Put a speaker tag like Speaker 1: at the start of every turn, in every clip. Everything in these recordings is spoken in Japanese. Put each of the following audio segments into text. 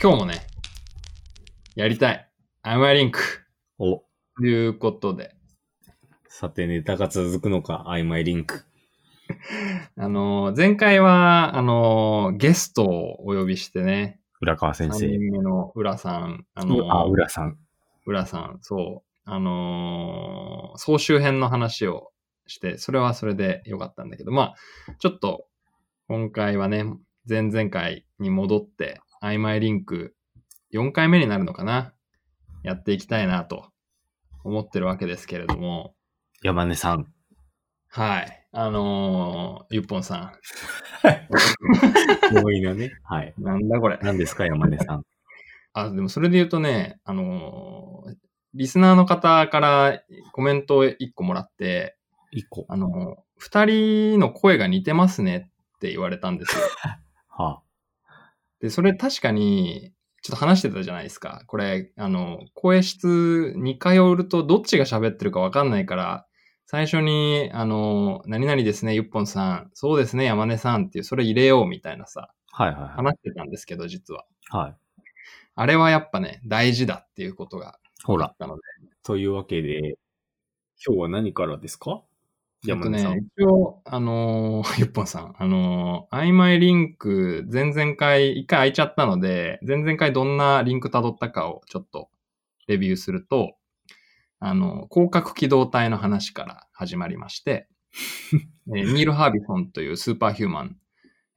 Speaker 1: 今日もね、やりたい。アイマイリンク。
Speaker 2: お、
Speaker 1: ということで。
Speaker 2: さてネタが続くのか、曖昧リンク。
Speaker 1: あのー、前回は、あのー、ゲストをお呼びしてね、
Speaker 2: 浦川先
Speaker 1: 3
Speaker 2: 生。
Speaker 1: 人目の浦さん、あのー、
Speaker 2: あ、浦さん。
Speaker 1: 浦さん、そう、あのー総集編の話をして、それはそれで良かったんだけど、まあ、ちょっと、今回はね、前々回に戻って、曖昧リンク4回目になるのかなやっていきたいなと思ってるわけですけれども、
Speaker 2: 山根さん。
Speaker 1: はい。あのー、ゆっぽんさ
Speaker 2: 多い なね。はい。
Speaker 1: ん、なんだこれ。
Speaker 2: 何ですか、山根さん。
Speaker 1: あ、でもそれで言うとね、あのーリスナーの方からコメントを1個もらって、
Speaker 2: 一個。
Speaker 1: あの、二人の声が似てますねって言われたんですよ。
Speaker 2: は
Speaker 1: で、それ確かに、ちょっと話してたじゃないですか。これ、あの、声質に通るとどっちが喋ってるかわかんないから、最初に、あの、何々ですね、ゆっぽんさん、そうですね、山根さんっていう、それ入れようみたいなさ、
Speaker 2: あ。はいはいはい。
Speaker 1: 話してたんですけど、実は。
Speaker 2: はい。
Speaker 1: あれはやっぱね、大事だっていうことが
Speaker 2: ほ
Speaker 1: あ
Speaker 2: ら
Speaker 1: っ。たので。
Speaker 2: というわけで、今日は何からですか
Speaker 1: えっと
Speaker 2: 山根さん。
Speaker 1: ね、一応、あのー、 ゆっぽんさん、あのー、曖昧リンク、前々回、一回空いちゃったので、前々回どんなリンク辿ったかをちょっとレビューすると、あのー、広角機動隊の話から始まりまして、 えーニール・ハービソンというスーパーヒューマン、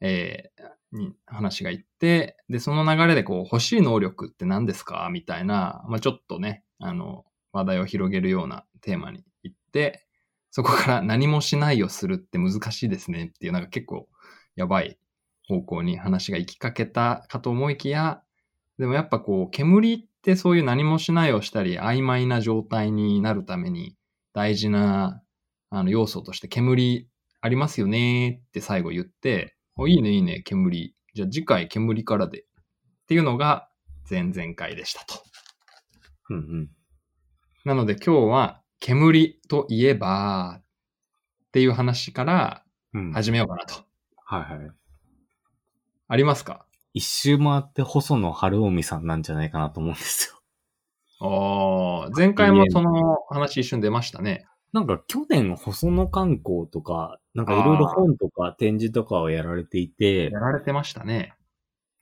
Speaker 1: えーに話がいって、で、その流れでこう、欲しい能力って何ですかみたいな、まあちょっとね、あの、話題を広げるようなテーマに行って、そこから何もしないをするって難しいですねっていう、なんか結構やばい方向に話が行きかけたかと思いきや、でもやっぱこう、煙ってそういう何もしないをしたり、曖昧な状態になるために大事なあの要素として煙ありますよねって最後言って、おいいねいいね、煙。じゃあ次回煙からで。っていうのが前々回でしたと。
Speaker 2: うんうん。
Speaker 1: なので今日は煙といえばっていう話から
Speaker 2: うん。はい
Speaker 1: 始めようかなと。
Speaker 2: はい。
Speaker 1: ありますか
Speaker 2: 一周回って細野晴臣さんなんじゃないかなと思うんですよ。
Speaker 1: ああ、前回もその話一瞬出ましたね。
Speaker 2: なんか去年細野観光とか、なんかいろいろ本とか展示とかをやられていて、
Speaker 1: やられてましたね。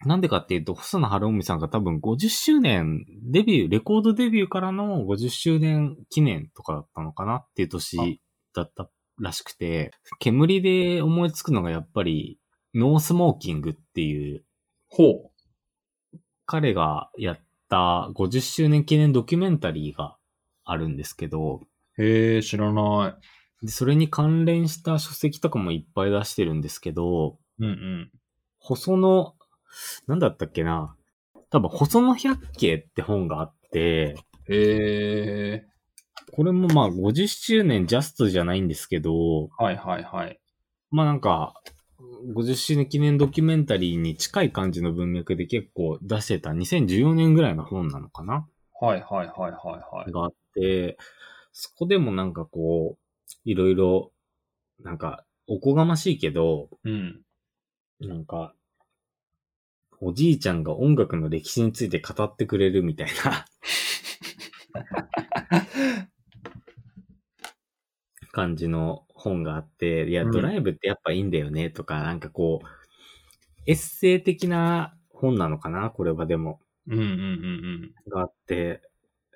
Speaker 2: なんでかっていうと、細野晴臣さんが多分50周年、デビュー、レコードデビューからの50周年記念とかだったのかなっていう年だったらしくて、煙で思いつくのがやっぱり、ノースモーキングっていう、
Speaker 1: ほ
Speaker 2: 彼がやった50周年記念ドキュメンタリーがあるんですけど、
Speaker 1: う。へえ、知らな
Speaker 2: でそれに関連した書籍とかもいっぱい出してるんですけど、
Speaker 1: い。うんうん。
Speaker 2: 細野、なんだったっけな多分、細野百景って本があって、
Speaker 1: へえ、
Speaker 2: これもまあ50周年ジャストじゃないんですけど、
Speaker 1: はいはいはい。
Speaker 2: まあなんか、50周年記念ドキュメンタリーに近い感じの文脈で結構出してた2014年ぐらいの本なのかな
Speaker 1: はいはいはいはいはい。
Speaker 2: があって、そこでもなんかこう、いろいろ、なんか、おこがましいけど、
Speaker 1: うん。
Speaker 2: なんか、おじいちゃんが音楽の歴史について語ってくれるみたい な感じの本があって、いや、
Speaker 1: うん
Speaker 2: ドライブってやっぱいいんだよねとか、なんかこう、エッセイ的な本なのかなこれはでも。
Speaker 1: うんうんうん
Speaker 2: があって、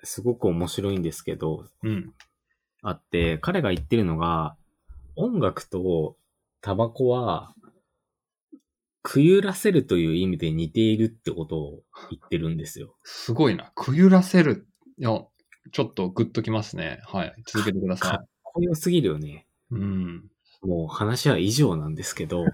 Speaker 2: すごく面白いんですけど、
Speaker 1: うん。うん。
Speaker 2: あって、彼が言ってるのが、音楽とタバコは、くゆらせるという意味で似ているってことを言ってるんですよ。
Speaker 1: すごいな。くゆらせる。いや、ちょっとグッときますね。はい。続けてください。
Speaker 2: こよすぎるよね。
Speaker 1: うん。
Speaker 2: もう話は以上なんですけど、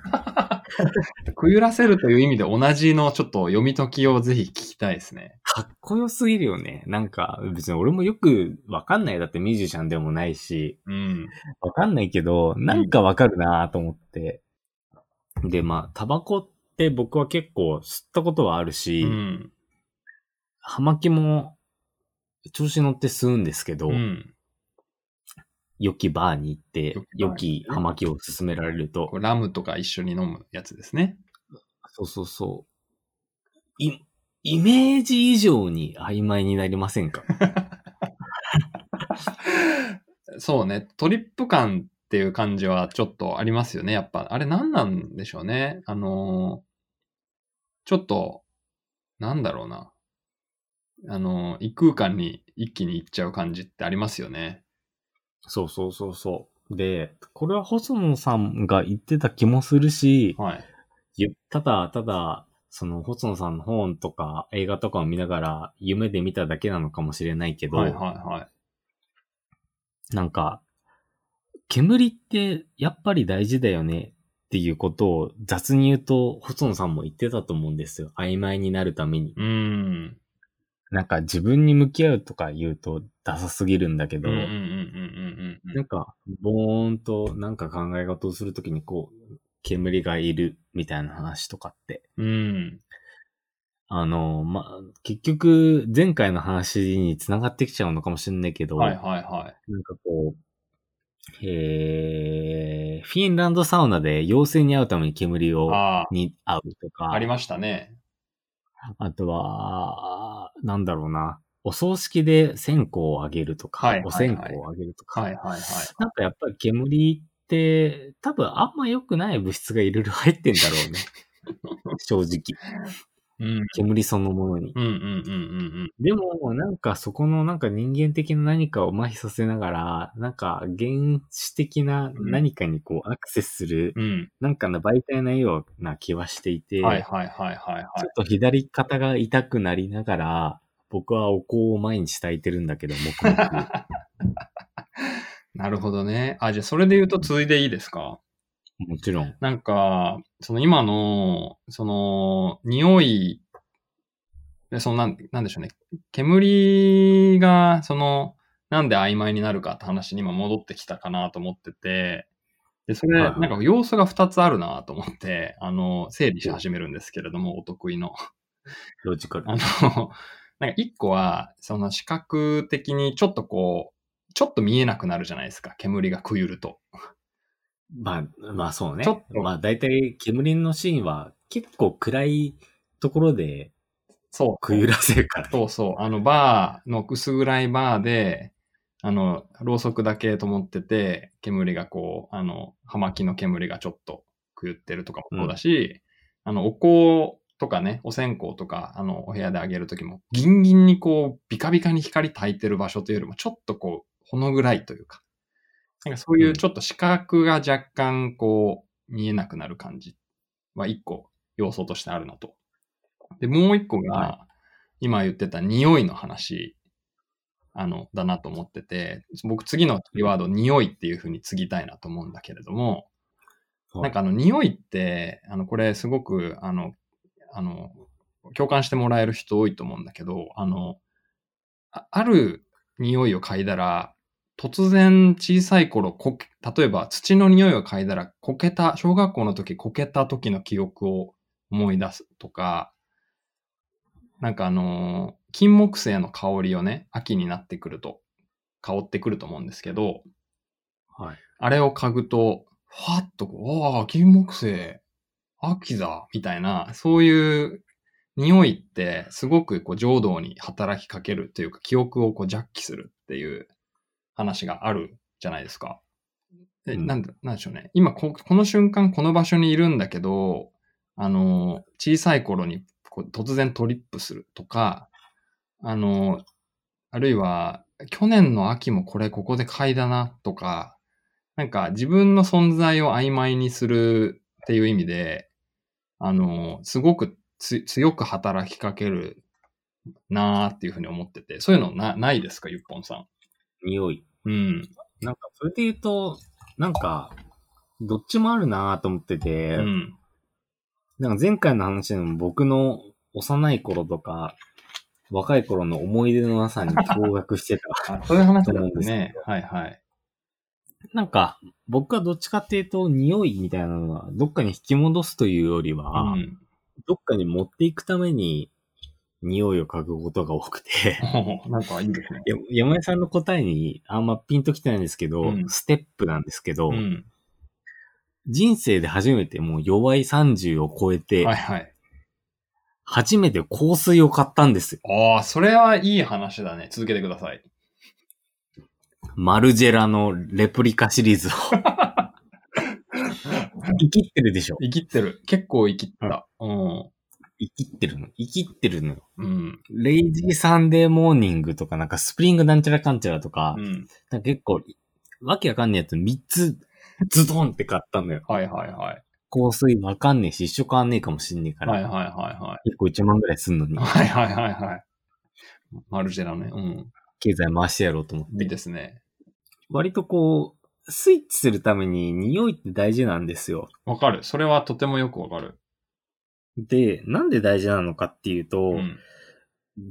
Speaker 1: くゆらせるという意味で同じのちょっと読み解きをぜひ聞きたいですね。
Speaker 2: かっこよすぎるよね。なんか、別に俺もよくわかんない。だってミュージシャンでもないし、
Speaker 1: うん。
Speaker 2: わかんないけど、なんかわかるなぁと思って。で、まあ、タバコって僕は結構吸ったことはある
Speaker 1: う
Speaker 2: し、
Speaker 1: ん。
Speaker 2: 葉巻も調子乗って吸うんですけど、
Speaker 1: うん。
Speaker 2: 良きバーに行って
Speaker 1: 良きバーに行って、
Speaker 2: 良き葉巻を勧められると
Speaker 1: こ、うラムとか一緒に飲むやつですね。
Speaker 2: そうそうそう。い、イメージ以上に曖昧になりませ んか
Speaker 1: そうね、トリップ感っていう感じはちょっとありますよね。やっぱ、あれ何なんでしょうね。あのーちょっと、なんだろうな。あのー異空間に一気に行っちゃう感じってありますよね。
Speaker 2: そうそうそうそう。で、これは細野さんが言ってた気もするし、
Speaker 1: はい。
Speaker 2: ゆただ、ただ、その、細野さんの本とか映画とかを見ながら、夢で見ただけなのかもしれないけど、
Speaker 1: はいはいはい。
Speaker 2: なんか、煙ってやっぱり大事だよねっていうことを雑に言うと、細野さんも言ってたと思うんですよ。曖昧になるために。
Speaker 1: うーん。
Speaker 2: なんか自分に向き合うとか言うとダサすぎるんだけ
Speaker 1: うんう
Speaker 2: ど、
Speaker 1: んうんうんうんうん
Speaker 2: なんか、ぼーんとなんか考え事をするときにこう、煙がいるみたいな話とかって。
Speaker 1: うん。うん。
Speaker 2: あの、ま、結局、前回の話に繋がってきちゃうのかもしれないけど、
Speaker 1: はいはいはい。
Speaker 2: なんかこう、えー、フィンランドサウナで妖精に会うために煙を、
Speaker 1: あ
Speaker 2: に会うとか、
Speaker 1: あ、ありましたね。
Speaker 2: あとは、なんだろうな、お葬式で線香をあげるとか、
Speaker 1: はいはいはい
Speaker 2: お線香をあげるとか、
Speaker 1: はいはいはい。
Speaker 2: なんかやっぱり煙って、多分あんま良くない物質がいろいろ入ってんだろうね。 正直。
Speaker 1: うん。
Speaker 2: 煙そのものに。
Speaker 1: うんうんうんうん
Speaker 2: でも、なんかそこのなんか人間的な何かを麻痺させながら、なんか原始的な何かにこうアクセスする、
Speaker 1: うん。
Speaker 2: なんかの媒体なような気はしていて、
Speaker 1: うん。はいはいはいはいはい
Speaker 2: ちょ。っと左肩が痛くなりながら、僕はお香を毎日焚いてるんだけど、黙 々。
Speaker 1: なるほどね。あ、じゃあそれで言うと続いていいですか
Speaker 2: もちろん。
Speaker 1: なんか、その今の、その、匂い、でそのなん、なんでしょうね。煙が、その、なんで曖昧になるかって話に今戻ってきたかなと思ってて、で、それ、
Speaker 2: はい
Speaker 1: なん
Speaker 2: はい
Speaker 1: か要素が2つあるなと思って、あの、整理し始めるんですけれども、お得意の。
Speaker 2: ロジカル。
Speaker 1: あの、 なんか一個は、その視覚的にちょっとこう、ちょっと見えなくなるじゃないですか。煙がくゆると。
Speaker 2: まあ、まあそうね。
Speaker 1: ちょっと
Speaker 2: まあ大体煙のシーンは結構暗いところで
Speaker 1: そう。
Speaker 2: くゆらせるから。
Speaker 1: そうそう。あの、バーの薄暗いバーで、あの、ろうそくだけと思ってて、煙がこう、あの、葉巻の煙がちょっとくゆってるとかもそうだし、あの、お香とかね、お線香とか、あの、お部屋であげるときも、ギンギンにこう、ビカビカに光焚いてる場所というよりも、ちょっとこう、ほの暗いというか、なんかそういうちょっと視覚が若干こう、見えなくなる感じは一個要素としてあるなと。で、もう一個
Speaker 2: は
Speaker 1: が、今言ってた匂いの話、あの、だなと思ってて、僕次のキーワード、匂いっていう風に継ぎたいなと思うんだけれども、
Speaker 2: はい
Speaker 1: なんかあの、匂いって、あの、これすごく、あの、あの、共感してもらえる人多いと思うんだけど、あの、あある匂いを嗅いだら、突然小さい頃こけ、例えば土の匂いを嗅いだら、こけた、小学校の時こけた時の記憶を思い出すとか、なんかあのー金木犀の香りをね、秋になってくると、香ってくると思うんですけど、
Speaker 2: はい。
Speaker 1: あれを嗅ぐと、ふわっとこう、ああ、金木犀、秋だ、みたいな、そういう匂いって、すごくこう、浄土に働きかけるというか、記憶をこう、ジャッキするっていう話があるじゃないですか。で
Speaker 2: うん
Speaker 1: なんだなんでしょうね。今こ、この瞬間、この場所にいるんだけど、あの、小さい頃にこう突然トリップするとか、あの、あるいは、去年の秋もこれここで嗅いだなとか、なんか自分の存在を曖昧にするっていう意味で、あの、すごくつ強く働きかけるなーっていうふうに思ってて、そういうのなないですか、ゆっぽんさ
Speaker 2: 匂い。
Speaker 1: ん。うん。
Speaker 2: なんか、それで言うと、なんか、どっちもあるなぁと思ってて、
Speaker 1: うん。
Speaker 2: なんか前回の話でも僕の幼い頃とか、若い頃の思い出のなさに驚愕してた。
Speaker 1: あそういう話
Speaker 2: と
Speaker 1: だ
Speaker 2: 思うん
Speaker 1: も
Speaker 2: で
Speaker 1: ん
Speaker 2: すけ
Speaker 1: ね。はいはい。
Speaker 2: なんか、僕はどっちかっていうと、匂いみたいなのは、どっかに引き戻すというよりは、
Speaker 1: うん、
Speaker 2: どっかに持っていくために、匂いを嗅ぐことが多く て、
Speaker 1: おーなんかいいですね。
Speaker 2: や山井さんの答えにあんまピンときてないんですけど、
Speaker 1: うん
Speaker 2: ステップなんですけど、
Speaker 1: うん。
Speaker 2: 人生で初めてもう弱い30を超えて、
Speaker 1: はいはい。
Speaker 2: 初めて香水を買ったんですよ。
Speaker 1: ああ、それはいい話だね。続けてください。
Speaker 2: マルジェラのレプリカシリ ーズを。生きってるでしょ。
Speaker 1: 生きってる。結構生きった。うん。
Speaker 2: 生きってるの。生きってるのよ。
Speaker 1: うん。
Speaker 2: レイジーサンデーモーニングとか、なんかスプリングなんちゃらかんちゃらとか、
Speaker 1: うん。
Speaker 2: なんか結構、わけわかんないやつ3つ、ズドンって買ったのよ。
Speaker 1: はいはいはい。
Speaker 2: 香水わかんねえし、一生買わんねえかもしんねえから。
Speaker 1: はいはいは
Speaker 2: 結構1万ぐらいすんのに
Speaker 1: いはい。、はいはいはいはい。マルジェラね。うん。
Speaker 2: 経済回してやろうと思って。
Speaker 1: いいですね。
Speaker 2: 割とこう、スイッチするために匂いって大事なんですよ。
Speaker 1: わかる。それはとてもよくわかる。
Speaker 2: で、なんで大事なのかっていうと、
Speaker 1: うん。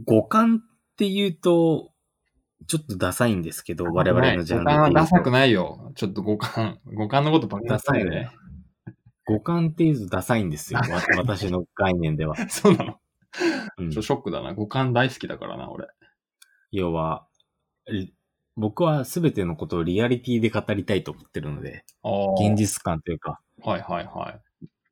Speaker 2: 五感っていうと、ちょっとダサいんですけど、我々のジャンルで
Speaker 1: 五
Speaker 2: 言
Speaker 1: 感
Speaker 2: うと。
Speaker 1: ダサくないよ。ちょっと五感。五感のことばっかり
Speaker 2: ダサいね。五感っていうとダサいんですよ。わ私の概念では。
Speaker 1: そうなの。
Speaker 2: うん
Speaker 1: ちょ、ショックだな。五感大好きだからな、俺。
Speaker 2: 要は、リ僕は全てのことをリアリティで語りたいと思ってるので、
Speaker 1: ああ。
Speaker 2: 現。実感というか、
Speaker 1: はいはいは。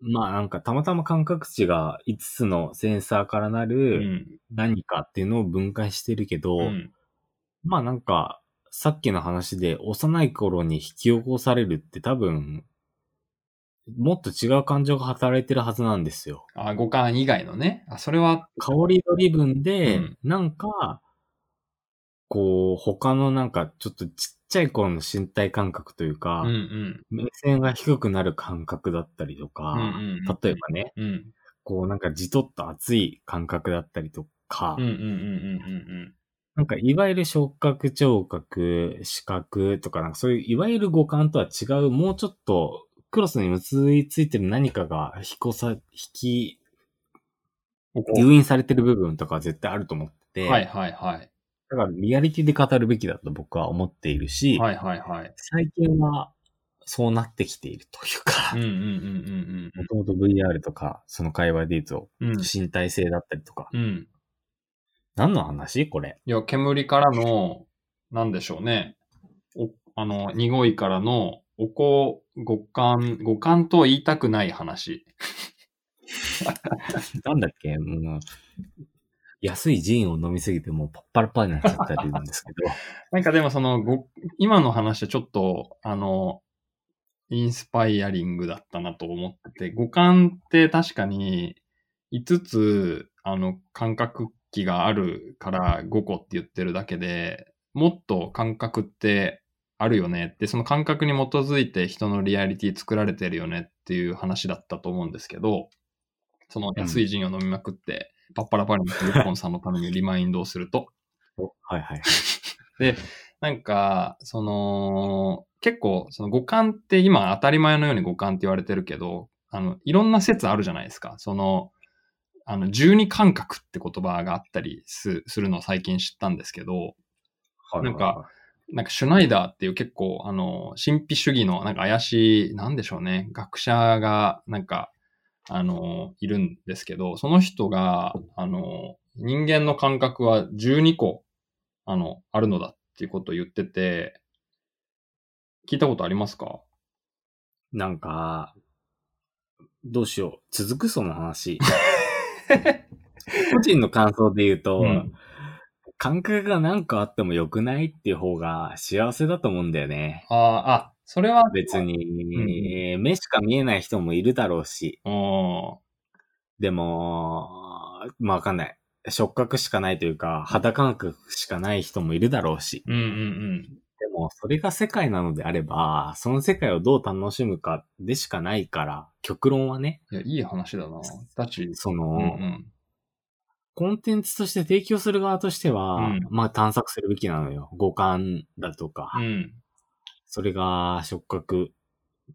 Speaker 2: まあなんかたまたま感覚値が5つのセンサーからな
Speaker 1: う
Speaker 2: いる
Speaker 1: ん。
Speaker 2: 何かっていうのを分解してるけど、
Speaker 1: うん。
Speaker 2: まあなんか、さっきの話で幼い頃に引き起こされるって多分、もっと違う感情が働いてるはずなんですよ。
Speaker 1: あ、五感以外のね。あ、それは、
Speaker 2: 香りドリブンで、
Speaker 1: うん
Speaker 2: なんか、こう、他のなんか、ちょっとちっちゃい頃の身体感覚というか、
Speaker 1: うんうん。
Speaker 2: 目線が低くなる感覚だったりとか、
Speaker 1: うんうんうん
Speaker 2: 例えばね、
Speaker 1: うん。
Speaker 2: こうなんかじとっと熱い感覚だったりとか、
Speaker 1: うんうんうんうん
Speaker 2: なんかいわゆる触覚、聴覚、視覚とか、なんかそういういわゆる五感とは違う、もうちょっとクロスに結びついてる何かが引こさ、引き、
Speaker 1: うんうん。
Speaker 2: 誘引されてる部分とかは絶対あると思ってて、
Speaker 1: はいはいはい。
Speaker 2: だからリアリティで語るべきだと僕は思っているし、
Speaker 1: はいはいはい。
Speaker 2: 最近はそうなってきているというか
Speaker 1: うん、うんうん
Speaker 2: もともと VR とか、その会話で言うと、
Speaker 1: うんうん。
Speaker 2: 身体性だったりとか。
Speaker 1: うん。うん。
Speaker 2: 何の話これ。
Speaker 1: いや、煙からの、なんでしょうね。お、あの、匂いからの、おこ、五感、五感とは言いたくない話。
Speaker 2: なんだっけもう安いジンを飲みすぎてもうパッパラパーになっちゃったりなんですけど。
Speaker 1: なんかでもその、ご、今の話はちょっと、あの、インスパイアリングだったなと思ってて、五感って確かに、5つ、あの、感覚器があるから5個って言ってるだけで、もっと感覚ってあるよねって、その感覚に基づいて人のリアリティ作られてるよねっていう話だったと思うんですけど、その安いジンを飲みまくって、パッパラパラになった日本さんのためにリマインドをすると、
Speaker 2: おはいはい。
Speaker 1: なんか、その、結構、その五感って今当たり前のように五感って言われてるけど、あの、いろんな説あるじゃないですか。その、あの、十二感覚って言葉があったりすするのを最近知ったんですけど、なんか、なんかシュナイダーっていう結構、あの、神秘主義のなんか怪しい、なんでしょうね、学者が、なんか、あの、いるんですけど、その人が、あの、人間の感覚は12個、あの、あるのだっていうことを言ってて、聞いたことありますか
Speaker 2: なんか、どうしよう。続くその 話。個人の感想で言うと、
Speaker 1: うん
Speaker 2: 感覚が何かあっても良くないっていう方が幸せだと思うんだよね。
Speaker 1: ああ、あ、それは、
Speaker 2: 別に、目しか見えない人もいるだろうし、
Speaker 1: お
Speaker 2: でも、まあわかんない。触覚しかないというか、肌感覚しかない人もいるだろうし。
Speaker 1: うんうんうん。
Speaker 2: でも、それが世界なのであれば、その世界をどう楽しむかでしかないから、極論はね、
Speaker 1: いや、いい話だな。だち、
Speaker 2: そ
Speaker 1: うんう
Speaker 2: の、
Speaker 1: ん。
Speaker 2: コンテンツとして提供する側としては、
Speaker 1: うん
Speaker 2: まあ探索するべきなのよ。五感だとか、
Speaker 1: うん。
Speaker 2: それが触覚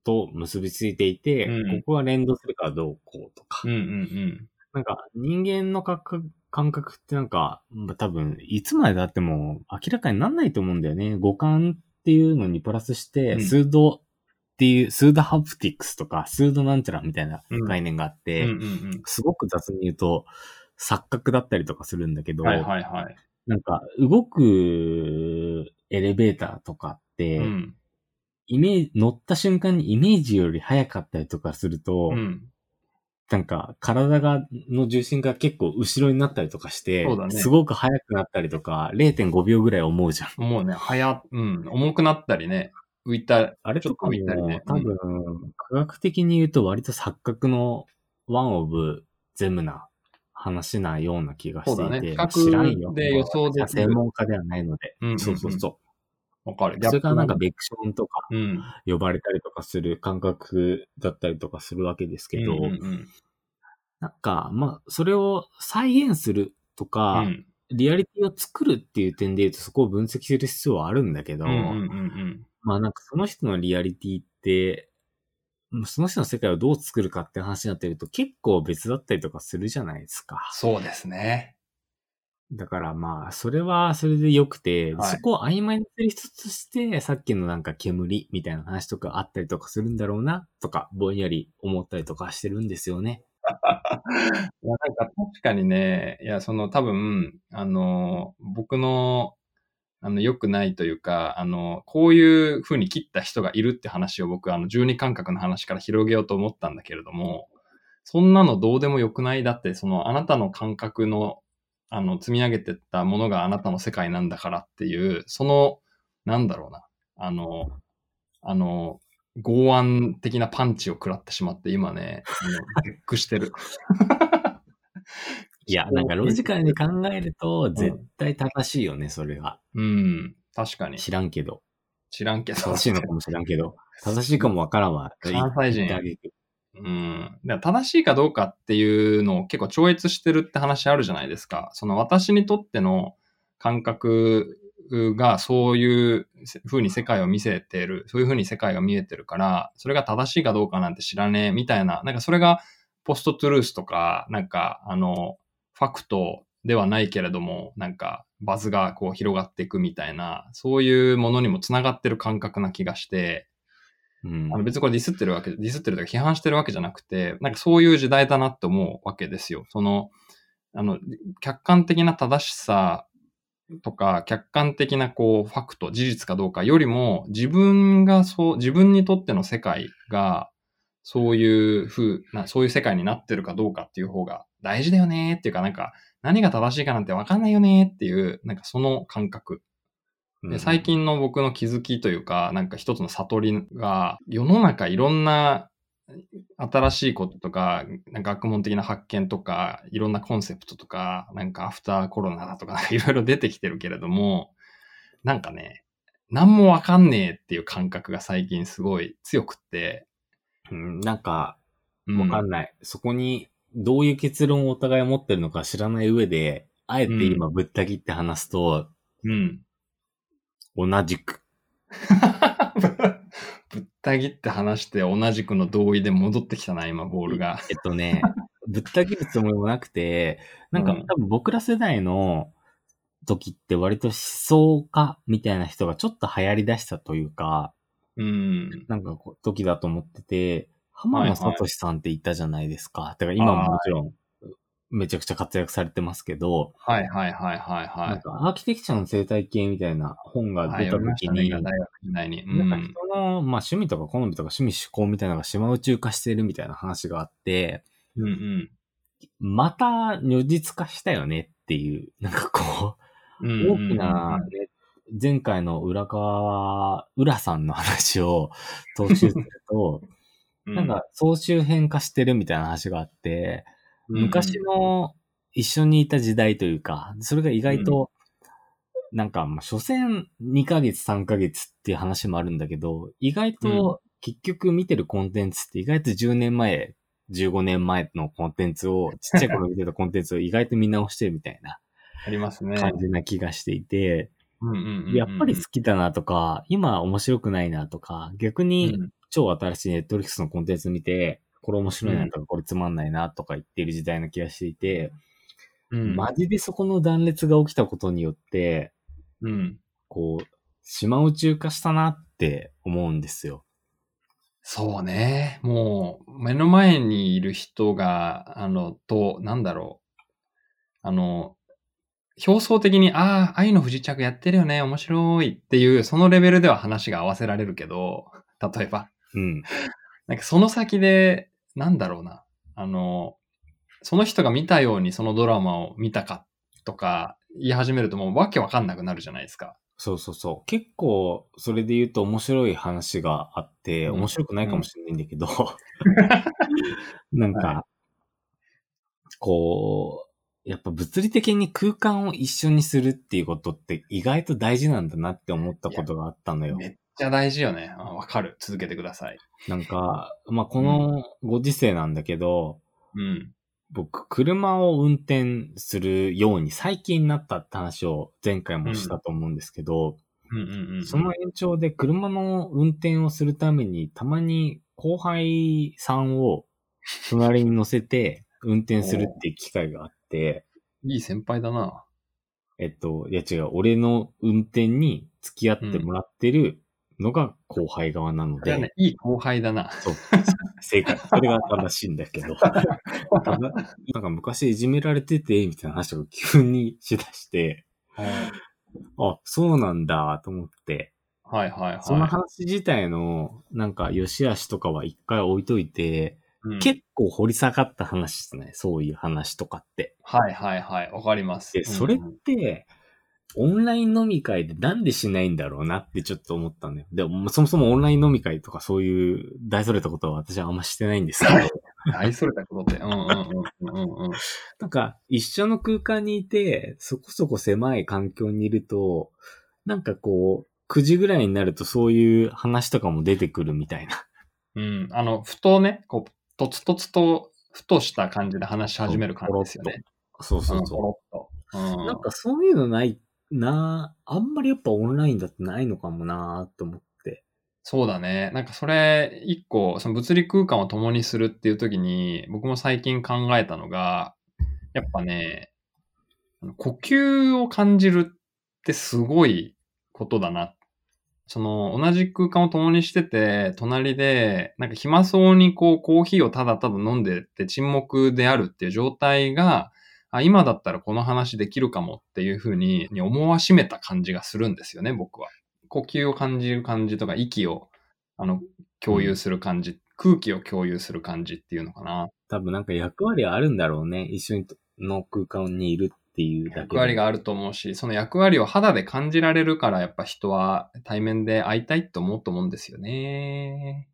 Speaker 2: と結びついていて、
Speaker 1: うん
Speaker 2: ここが連動するからどうこうとか。
Speaker 1: うんうんうん。
Speaker 2: なんか人間の感覚感覚ってなんか、まあ多分いつまでだっても明らかになんないと思うんだよね。五感っていうのにプラスして、
Speaker 1: うん
Speaker 2: スードっていう、スードハプティクスとか、スードなんちゃらみたいな
Speaker 1: うん
Speaker 2: 概念があっ
Speaker 1: うん
Speaker 2: て、
Speaker 1: うん
Speaker 2: すごく雑に言うと、錯覚だったりとかするんだけ
Speaker 1: う
Speaker 2: ど、
Speaker 1: ん。はいはいはい。
Speaker 2: なんか、動くエレベーターとかって、
Speaker 1: うん。
Speaker 2: イメージ、乗った瞬間にイメージより早かったりとかすると、
Speaker 1: うん。
Speaker 2: なんか、体が、の重心が結構後ろになったりとかして、
Speaker 1: そうだね
Speaker 2: すごく速くなったりとか、0.5秒ぐらい思うじゃん。
Speaker 1: もうね、早、うん、重くなったりね、浮いた、
Speaker 2: あれとかも、
Speaker 1: ちょっと見たりね
Speaker 2: 多分、科学的に言うと割と錯覚のワンオブゼムな話なような気がしてい
Speaker 1: そうだね
Speaker 2: て、
Speaker 1: 比較
Speaker 2: 知らんよ。
Speaker 1: で予想できる
Speaker 2: 専門家ではないので。
Speaker 1: うんうんうん
Speaker 2: そうそうそ
Speaker 1: わかる。
Speaker 2: う。それからなんか
Speaker 1: ギャッ
Speaker 2: ベクションとか
Speaker 1: プがね、うん。
Speaker 2: 呼ばれたりとかする感覚だったりとかするわけですけど、
Speaker 1: うんうん
Speaker 2: なんか、まあ、それを再現すると
Speaker 1: う
Speaker 2: か、
Speaker 1: ん、
Speaker 2: リアリティを作るっていう点で言うとそこを分析する必要はあるんだけど、
Speaker 1: うんうんうんうん
Speaker 2: まあなんかその人のリアリティって、まあその人の世界をどう作るかって話になってると結構別だったりとかするじゃないですか。
Speaker 1: そうですね。
Speaker 2: だからまあ、それはそれで良くて、
Speaker 1: はい
Speaker 2: そこを曖昧にする人として、さっきのなんか煙みたいな話とかあったりとかするんだろうな、とか、ぼんやり思ったりとかしてるんですよね。
Speaker 1: いや、なんか確かにね、いや、その多分、あの、僕の、あの、良くないというか、あの、こういう風に切った人がいるって話を僕、あの、十二感覚の話から広げようと思ったんだけれども、そんなのどうでもよくないだって、その、あなたの感覚の、あの、積み上げてったものがあなたの世界なんだからっていう、その、なんだろうな、あの、あの、剛腕的なパンチを食らってしまって、今ね、あの絶句してる。
Speaker 2: いや、なんかロジカルに考えると、絶対正しいよね、それは。
Speaker 1: うん。確かに。
Speaker 2: 知らんけど。
Speaker 1: 知らんけど。
Speaker 2: 正しいのかもしらんけど。正しいかもわからんわ。
Speaker 1: 関西人
Speaker 2: 言ってあげて
Speaker 1: うん。だから正しいかどうかっていうのを結構超越してるって話あるじゃないですか。その私にとっての感覚がそういう風に世界を見せてる、そういう風に世界が見えてるから、それが正しいかどうかなんて知らねえみたいな、なんかそれがポストトゥルースとか、なんかあの、ファクトではないけれども、なんかバズがこう広がっていくみたいな、そういうものにもつながってる感覚な気がして、
Speaker 2: うん
Speaker 1: あの別にこれディスってるわけ、ディスってるというか批判してるわけじゃなくて、なんかそういう時代だなって思うわけですよ。その、あの、客観的な正しさとか、客観的なこう、ファクト、事実かどうかよりも、自分がそう、自分にとっての世界が、そういう風な、そういう世界になってるかどうかっていう方が大事だよねっていうか、なんか、何が正しいかなんてわかんないよねっていう、なんかその感覚。で最、近の僕の気づきというか、なんか一つの悟りが、世の中いろんな新しいこととか、なんか学問的な発見とか、いろんなコンセプトとか、なんかアフターコロナだとか、なんかいろいろ出てきてるけれども、なんかね、何もわかんねえっていう感覚が最近すごい強くって、
Speaker 2: うんなんか、
Speaker 1: う
Speaker 2: わかん
Speaker 1: い。
Speaker 2: ない。そこに、どういう結論をお互い持ってるのか知らない上で、あえて今ぶった切って話すと、
Speaker 1: うん。
Speaker 2: 同じく。
Speaker 1: ぶった切って話して同じくの同意で戻ってきたな、今、ボールが。
Speaker 2: えっ とね、ぶった切るつもりもなくて、なんか
Speaker 1: うん
Speaker 2: 多分僕ら世代の時って割と思想家みたいな人がちょっと流行り出したというか、
Speaker 1: うん。
Speaker 2: なんかこう時だと思ってて、浜野聡さんっていたじゃないですか。だから今ももちろん、めちゃくちゃ活躍されてますけど、
Speaker 1: はいはいはいはいは
Speaker 2: ないん。かアーキテクチャの生態系みたいな本が
Speaker 1: はい
Speaker 2: 出た
Speaker 1: 読みまし
Speaker 2: 時
Speaker 1: たね
Speaker 2: に、
Speaker 1: 大学時代に。う
Speaker 2: なんか人
Speaker 1: ん。
Speaker 2: の、まあ趣味とか好みとか趣味趣向みたいなのが島宇宙化してるみたいな話があって、
Speaker 1: うんうん。
Speaker 2: また如実化したよねっていう、なんかこ
Speaker 1: うん
Speaker 2: う、
Speaker 1: うん
Speaker 2: 大きな、ね、前回の浦川、浦さんの話を踏襲すると、
Speaker 1: う
Speaker 2: なんか総集編化してるみたいな話があって、
Speaker 1: うん
Speaker 2: 昔の一緒にいた時代というか、それが意外と、なんか、まあ、所詮2ヶ月3ヶ月っていう話もあるんだけど、意外と結局見てるコンテンツって意外と10年前、15年前のコンテンツを、ちっちゃい頃見てたコンテン ツを意外と見直してるみたいな
Speaker 1: ありますね。
Speaker 2: 感じな気がしていて、
Speaker 1: うんうんうんうん
Speaker 2: やっぱり好きだなとか、今面白くないなとか、逆に
Speaker 1: うん
Speaker 2: 超新しいネットフリックスのコンテンツ見て、これ面白いなとか、これつまんないなとか言ってる時代な気がしていて、
Speaker 1: うん
Speaker 2: マジでそこの断裂が起きたことによって、
Speaker 1: うん
Speaker 2: こう、島宇宙化したなって思うんですよ。
Speaker 1: そうね。もう、目の前にいる人が、あの、と、なんだろう。あの、表層的に、ああ、愛の不時着やってるよね、面白いっていう、そのレベルでは話が合わせられるけど、例えば、
Speaker 2: うん。
Speaker 1: なんかその先で、なんだろうな。あの、その人が見たようにそのドラマを見たかとか言い始めるともうわけわかんなくなるじゃないですか。
Speaker 2: そうそうそう。結構、それで言うと面白い話があって、
Speaker 1: うん
Speaker 2: 面白くないかもしれないんだ けど、なんか、
Speaker 1: は
Speaker 2: こう、やっぱ物理的に空間を一緒にするっていうことって意外と大事なんだなって思ったことがあったのよ。
Speaker 1: めっちゃ大事よね。あわかる。続けてください。
Speaker 2: なんか、まあ、このご時世なんだけど、
Speaker 1: うん。
Speaker 2: 僕、車を運転するように最近なったって話を前回もしたと思うんですけど、
Speaker 1: うんうんうん。
Speaker 2: その延長で車の運転をするために、たまに後輩さんを隣に乗せて運転するっていう機会があって、
Speaker 1: いい先輩だな。
Speaker 2: えっと、いや違う、俺の運転に付き合ってもらってるのが後輩側なの
Speaker 1: これ
Speaker 2: で、
Speaker 1: はね、いい後輩だな。
Speaker 2: そう。正解。それが正しいんだけど。ただなんか昔いじめられてて、みたいな話を急にしだして、あ、そうなんだ、と思って。
Speaker 1: はいはいはい。
Speaker 2: その話自体の、なんか、良し悪しとかは一回置いといて、
Speaker 1: うん
Speaker 2: 結構掘り下がった話ですね。そういう話とかって。
Speaker 1: はいはいはい。わかります。
Speaker 2: で、それっ
Speaker 1: うん
Speaker 2: て、オンライン飲み会でなんでしないんだろうなってちょっと思ったんだよ。でも、そもそもオンライン飲み会とかそういう大それたことは私はあんましてないんですけど、
Speaker 1: 愛されたことって。うんうんうんうんうんうん。
Speaker 2: なんか、一緒の空間にいて、そこそこ狭い環境にいると、なんかこう、9時ぐらいになるとそういう話とかも出てくるみたいな。
Speaker 1: うん。あの、ふとね、こう、とつとつと、ふとした感じで話し始める感じですよね。
Speaker 2: そうそうそ
Speaker 1: そうん。
Speaker 2: う。
Speaker 1: な
Speaker 2: なんんかそういうのないなぁあんまりやっぱオンラインだってないのかもなぁと思って。
Speaker 1: そうだね。なんかそれ、一個、その物理空間を共にするっていう時に、僕も最近考えたのが、やっぱね、あの呼吸を感じるってすごいことだな。その、同じ空間を共にしてて、隣で、なんか暇そうにこう、コーヒーをただただ飲んでって沈黙であるっていう状態が、あ今だったらこの話できるかもっていうふうにに思わしめた感じがするんですよね、僕は。呼吸を感じる感じとか、息を、あの、共有する感じ、空気を共有する感じっていうのかな。
Speaker 2: 多分なんか役割あるんだろうね。一緒にの空間にいるっていうだけで。
Speaker 1: 役割があると思うし、その役割を肌で感じられるから、やっぱ人は対面で会いたいって思うと思うんですよね。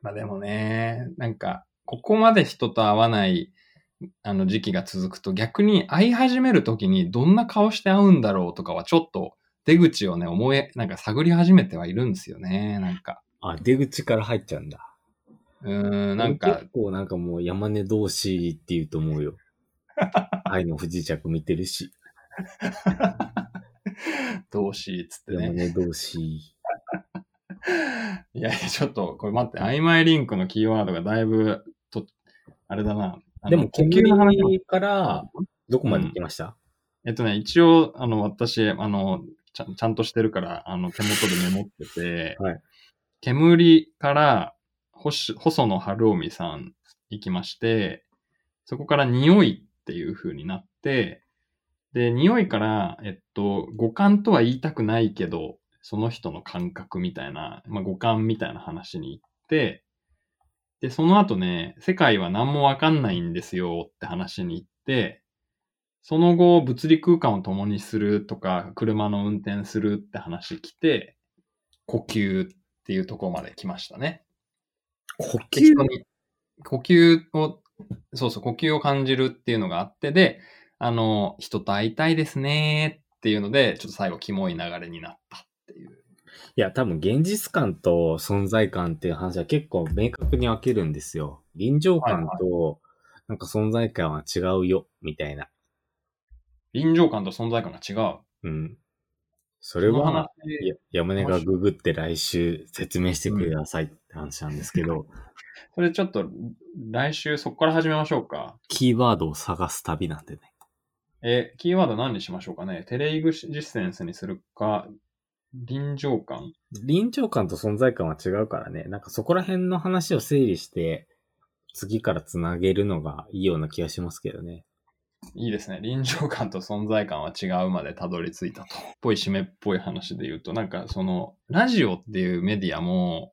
Speaker 1: まあでもね、なんか、ここまで人と会わない、あの時期が続くと逆に会い始めるときにどんな顔して会うんだろうとかはちょっと出口をね思え、なんか探り始めてはいるんですよね、なんか。
Speaker 2: あ、出口から入っちゃうんだ。
Speaker 1: うーん、なんか
Speaker 2: 結構なんかもう山根同士って言うと思う よ。愛の不時着見てるし、
Speaker 1: どうし、つって
Speaker 2: 山
Speaker 1: ね。
Speaker 2: 根同士。
Speaker 1: いやいや、ちょっと、これ待って、曖昧リンクのキーワードがだいでもと、あれだな。あの
Speaker 2: でも、
Speaker 1: 呼
Speaker 2: 呼
Speaker 1: 吸の話も。
Speaker 2: 吸から、どこまで行きました、
Speaker 1: えっとね、一応、あの、私、あの、ちゃんちゃんとしてるから、あの、手元でメモってて、
Speaker 2: はい
Speaker 1: 煙から、ほし細野晴臣さん行きまして、そこから匂いっていう風になって、で、匂いから、えっと、五感とは言いたくないけど、その人の感覚みたいな、まあ、五感みたいな話に行って、で、その後ね、世界は何もわかんないんですよって話に行って、その後、物理空間を共にするとか、車の運転するって話来て、呼吸っていうところまで来ましたね。
Speaker 2: 呼
Speaker 1: で人に呼吸を、そうそう、呼吸を感じるっていうのがあって、で、あの、人と会いたいですねっていうので、ちょっと最後、キモい流れになったっていう。
Speaker 2: いや、多分現実感と存在感っていう話は結構明確に分けるんですよ。臨場感と、なんか存在感は違うよ、みたいな。
Speaker 1: 臨場感と存在感が違う。
Speaker 2: うん。それ
Speaker 1: この話
Speaker 2: は、や山根がググって来週説明してくださいって話なんですけど、
Speaker 1: それちょっと、来週そこから始めましょうか。
Speaker 2: キーワードを探す旅なんでね。
Speaker 1: え、キーワード何にしましょうかねテレイグシステンスにするか、臨場感
Speaker 2: 臨場感と存在感は違うからね。なんかそこら辺の話を整理して、次から繋げるのがいいような気がしますけどね。
Speaker 1: いいですね。臨場感と存在感は違うまでたどり着いたと。ぽい締めっぽい話で言うと、なんかその、ラジオっていうメディアも、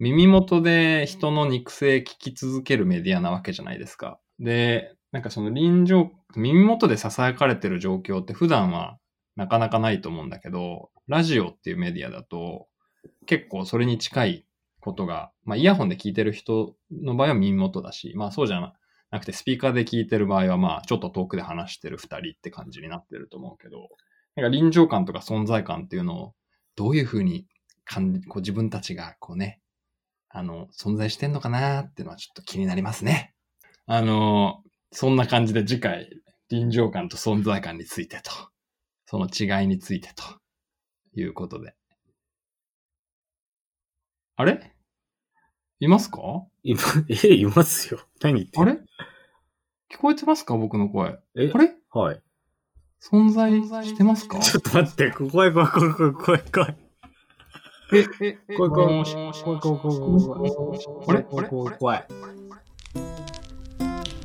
Speaker 1: 耳元で人の肉声聞き続けるメディアなわけじゃないですか。で、なんかその臨場、耳元で囁かれてる状況って普段はなかなかないと思うんだけど、ラジオっていうメディアだと結構それに近いことが、まあイヤホンで聞いてる人の場合は耳元だし、まあそうじゃなくてスピーカーで聞いてる場合はまあちょっと遠くで話してる二人って感じになってると思うけど、なんか臨場感とか存在感っていうのをどういうふうに感じ、こう自分たちがこうね、あの、存在してんのかなーっていうのはちょっと気になりますね。あの、そんな感じで次回、臨場感と存在感についてと、その違いについてと、いうことで。あれいますか
Speaker 2: いま、 え、いますよ。何言って
Speaker 1: あ
Speaker 2: んの
Speaker 1: れ聞こえてますか僕の声。
Speaker 2: え
Speaker 1: あれ
Speaker 2: はい。
Speaker 1: 存在してますか
Speaker 2: ちょっと待って、怖い怖い怖い怖い怖い怖い。
Speaker 1: え、え、え、
Speaker 2: 怖い怖い
Speaker 1: もしもし
Speaker 2: 怖い怖い怖い怖い怖い
Speaker 1: あれあれ
Speaker 2: 怖い怖い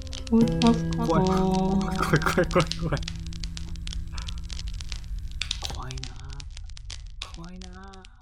Speaker 1: 聞こえてますか
Speaker 2: 怖い怖い怖い怖い怖い怖いなぁ怖いなぁ